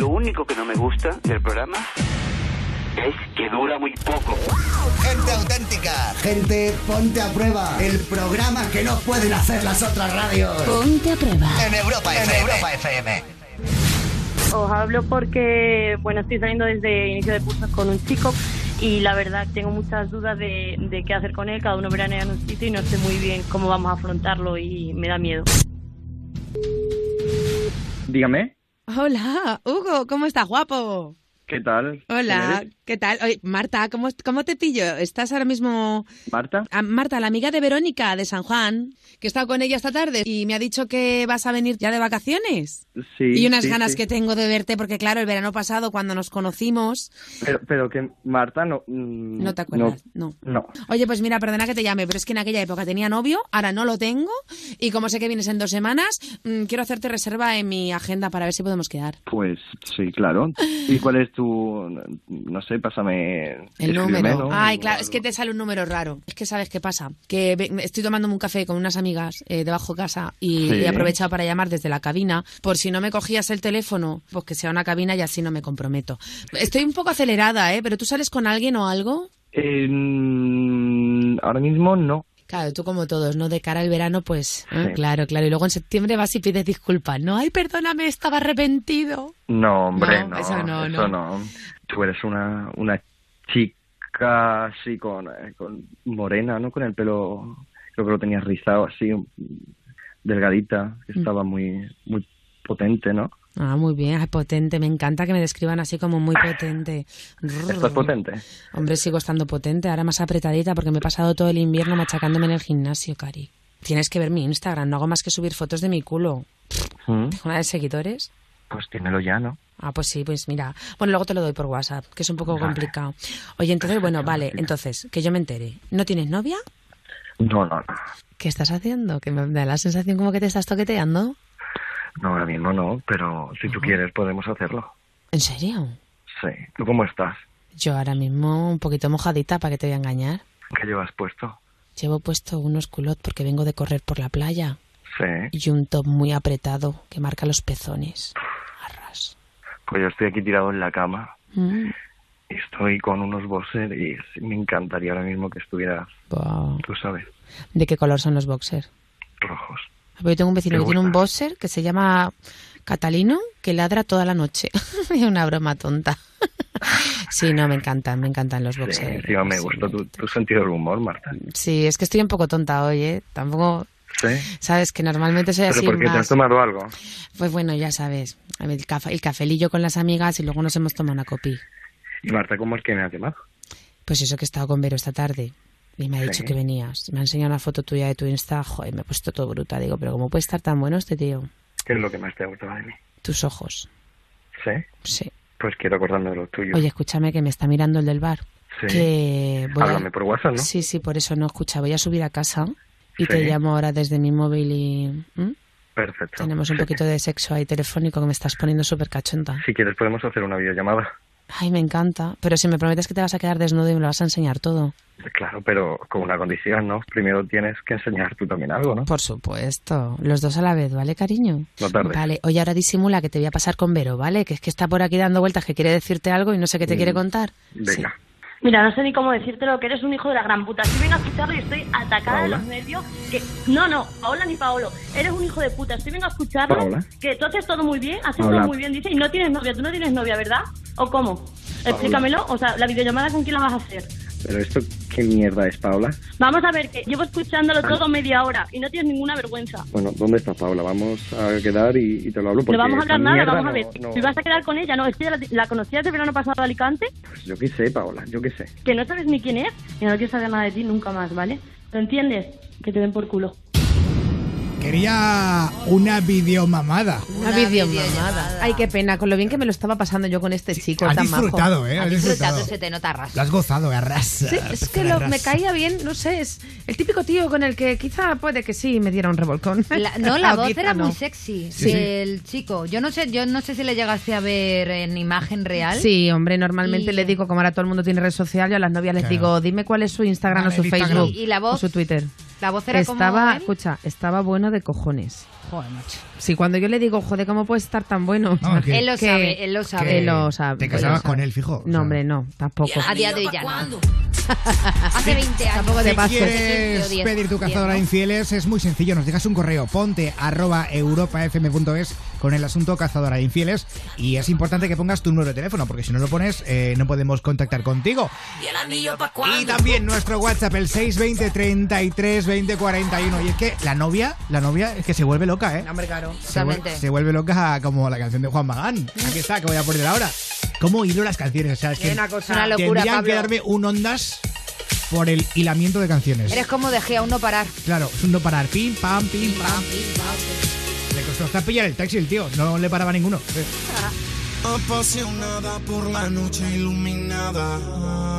Lo único que no me gusta del programa es que dura muy poco. Gente auténtica. Gente, ponte a prueba. El programa que no pueden hacer las otras radios. Ponte a prueba. En Europa FM. En Europa FM. Os hablo porque, bueno, estoy saliendo desde inicio de cursos con un chico y la verdad tengo muchas dudas de, de qué hacer con él. Cada uno veranea en un sitio y no sé muy bien cómo vamos a afrontarlo y me da miedo. Dígame, Hola, Hugo, ¿cómo estás, guapo? ¿qué tal? Hola, ¿Quién eres? ¿qué tal? Oye, Marta, ¿cómo, ¿cómo te pillo? Estás ahora mismo... ¿Marta? Ah, Marta, la amiga de Verónica de San Juan, que he estado con ella esta tarde y me ha dicho que vas a venir ya de vacaciones. Sí. y unas sí, ganas sí. que tengo de verte, porque claro, el verano pasado cuando nos conocimos, Pero, pero que Marta no... mm, no te acuerdas, no. No. Oye, pues mira, perdona que te llame, pero es que en aquella época tenía novio, ahora no lo tengo, y como sé que vienes en dos semanas, mm, quiero hacerte reserva en mi agenda para ver si podemos quedar. Pues sí, claro. ¿Y cuál es tu...? No sé, pásame... El escríbeme, número. ¿no? Ay, claro, es que te sale un número raro. Es que sabes qué pasa. Que ve- estoy tomándome un café con unas amigas eh, debajo de casa y Sí. he aprovechado para llamar desde la cabina. Por si no me cogías el teléfono, pues que sea una cabina y así no me comprometo. Estoy un poco acelerada, ¿eh? Pero tú sales con alguien o algo. Eh, mm, ahora mismo no. Claro, tú como todos, ¿no? De cara al verano, pues. ¿eh? Sí. Claro, claro. Y luego en septiembre vas y pides disculpas, ¿no? Ay, perdóname, estaba arrepentido. No, hombre, No, no. eso no, eso no. no. Tú eres una, una chica así con, eh, con morena, ¿no? Con el pelo... Creo que lo tenías rizado así, un- delgadita. Mm. que Estaba muy, muy potente, ¿no? Ah, muy bien, Ay, potente. Me encanta que me describan así como muy potente. ¿Estás potente? Hombre, sigo estando potente, ahora más apretadita porque me he pasado todo el invierno machacándome en el gimnasio, Cari. Tienes que ver mi Instagram, no hago más que subir fotos de mi culo. Mm, ¿Tengo ¿Una de seguidores? Pues dímelo ya, ¿no? Ah, pues sí, pues mira. Bueno, luego te lo doy por WhatsApp, que es un poco Vale. complicado. Oye, entonces, bueno, vale, entonces, que yo me entere. ¿No tienes novia? No, no, no. ¿Qué estás haciendo? Que me da la sensación como que te estás toqueteando. No, ahora mismo no, pero si tú quieres podemos hacerlo. ¿En serio? Sí. ¿Tú cómo estás? Yo ahora mismo un poquito mojadita, ¿para que te voy a engañar? ¿Qué llevas puesto? Llevo puesto unos culot porque vengo de correr por la playa. Sí. y un top muy apretado que marca los pezones. Arras. Pues yo estoy aquí tirado en la cama. Mm. y Estoy con unos boxers y sí, me encantaría ahora mismo que estuvieras, Buah. tú sabes, ¿De qué color son los boxers? rojos. Yo tengo un vecino Me que tiene un gusta. boxer que se llama Catalino que ladra toda la noche. es una broma tonta. sí, no, me encantan, me encantan los Sí, boxers. encima me Sí, gusta tu, encantan. tu sentido del humor, Marta. Sí, es que estoy un poco tonta hoy, ¿eh? Tampoco, Sí. sabes que normalmente soy ¿Pero así por qué te más... has tomado algo? Pues bueno, ya sabes, a ver, el, caf- el cafelillo con las amigas y luego nos hemos tomado una copi. Y Marta, ¿cómo es que me has llamado? Pues eso que he estado con Vero esta tarde. Y me ha dicho Sí. que venías. Me ha enseñado una foto tuya de tu Insta. Joder, me he puesto todo bruta. Digo, pero ¿cómo puede estar tan bueno este tío? ¿Qué es lo que más te ha gustado de mí? Tus ojos. Sí. Sí. Pues quiero acordarme de los tuyos. Oye, escúchame que me está mirando el del bar. Sí. Que voy a- Háblame por WhatsApp, ¿no? Sí, sí, por eso no escucha. Voy a subir a casa y te Sí. llamo ahora desde mi móvil y... ¿Mm? Perfecto. Tenemos un Sí. poquito de sexo ahí telefónico que me estás poniendo súper cachonta. Si quieres podemos hacer una videollamada. Ay, me encanta. Pero si me prometes que te vas a quedar desnudo y me lo vas a enseñar todo. Claro, pero con una condición, ¿no? Primero tienes que enseñar tú también algo, ¿no? Por supuesto. Los dos a la vez, ¿vale, cariño? No tardes. Vale, oye, ahora disimula que te voy a pasar con Vero, ¿vale? Que es que está por aquí dando vueltas, que quiere decirte algo y no sé qué te quiere contar. Venga. Mira, no sé ni cómo decírtelo, que eres un hijo de la gran puta. Si vengo a escucharlo y estoy atacada de ¿Paola? los nervios. Que... No, no, Paola ni Paolo. Eres un hijo de puta. Estoy vengo a escucharlo. ¿Paola? Que tú haces todo muy bien, haces Paola. todo muy bien. Dice, y no tienes novia. Tú no tienes novia, ¿verdad? ¿O cómo? Explícamelo. O sea, la videollamada con quién la vas a hacer. Pero esto, ¿qué mierda es, Paula? Vamos a ver, que llevo escuchándolo todo media hora y no tienes ninguna vergüenza. Bueno, ¿dónde está Paula? Vamos a quedar y, y te lo hablo porque no vamos a esta hablar nada, mierda vamos a no- ver. no- Si vas a quedar con ella, no, es que la, la conocías de verano pasado de Alicante, Pues yo qué sé, Paula, yo qué sé. que no sabes ni quién es, y no quiero saber nada de ti nunca más, ¿vale? ¿Lo entiendes? Que te den por culo. Quería una videomamada. Una videollamada. Ay, qué pena, con lo bien que me lo estaba pasando yo con este chico Has tan majo. Ah, disfrutado, ¿eh? Has Has disfrutado, disfrutado. se te nota Lo rasa. has gozado, arrasa. Sí, es que lo- me caía bien, no sé, es el típico tío con el que quizá puede que sí me diera un revolcón. La- no, la O voz quizá era no. muy sexy Sí, sí. del chico. Yo no sé, yo no sé si le llegaste a ver en imagen real. Sí, hombre, normalmente Y- le digo, como ahora todo el mundo tiene red social, yo a las novias les Claro. digo, dime cuál es su Instagram Dale, o su el Instagram. Facebook Y- y la o voz. su Twitter. La voz era como. Estaba, él. escucha, estaba bueno de cojones. Joder, macho. Sí, cuando yo le digo, joder, ¿cómo puede estar tan bueno? No, que- Él lo que- sabe, él lo sabe. que lo sabe, Te él casabas lo sabe. con él, fijo. No, hombre, no, tampoco. A día de hoy ya no. Hace 20 años. Tampoco te Si pases. quieres pedir tu cazadora de infieles, es muy sencillo. Nos dejas un correo, ponte arroba europafm.es con el asunto cazadora de infieles. Y es importante que pongas tu número de teléfono, porque si no lo pones, eh, no podemos contactar contigo. Y también nuestro WhatsApp, el 620 33 20 41. Y es que la novia, la novia es que se vuelve loca, ¿eh? Hombre, claro. Se, vuel- Totalmente. se vuelve loca como la canción de Juan Magán. Aquí está, que voy a poner ahora. ¿Cómo hilo las canciones? O sea, es que Una Es una cosa. locura, tendrían Pablo. que darme un ondas por el hilamiento de canciones. Eres como dejé a uno parar. Claro, es un no parar. Pim, pam, pim, pam. Le costó hasta pillar el taxi el tío. No le paraba ninguno. Apasionada por la noche iluminada.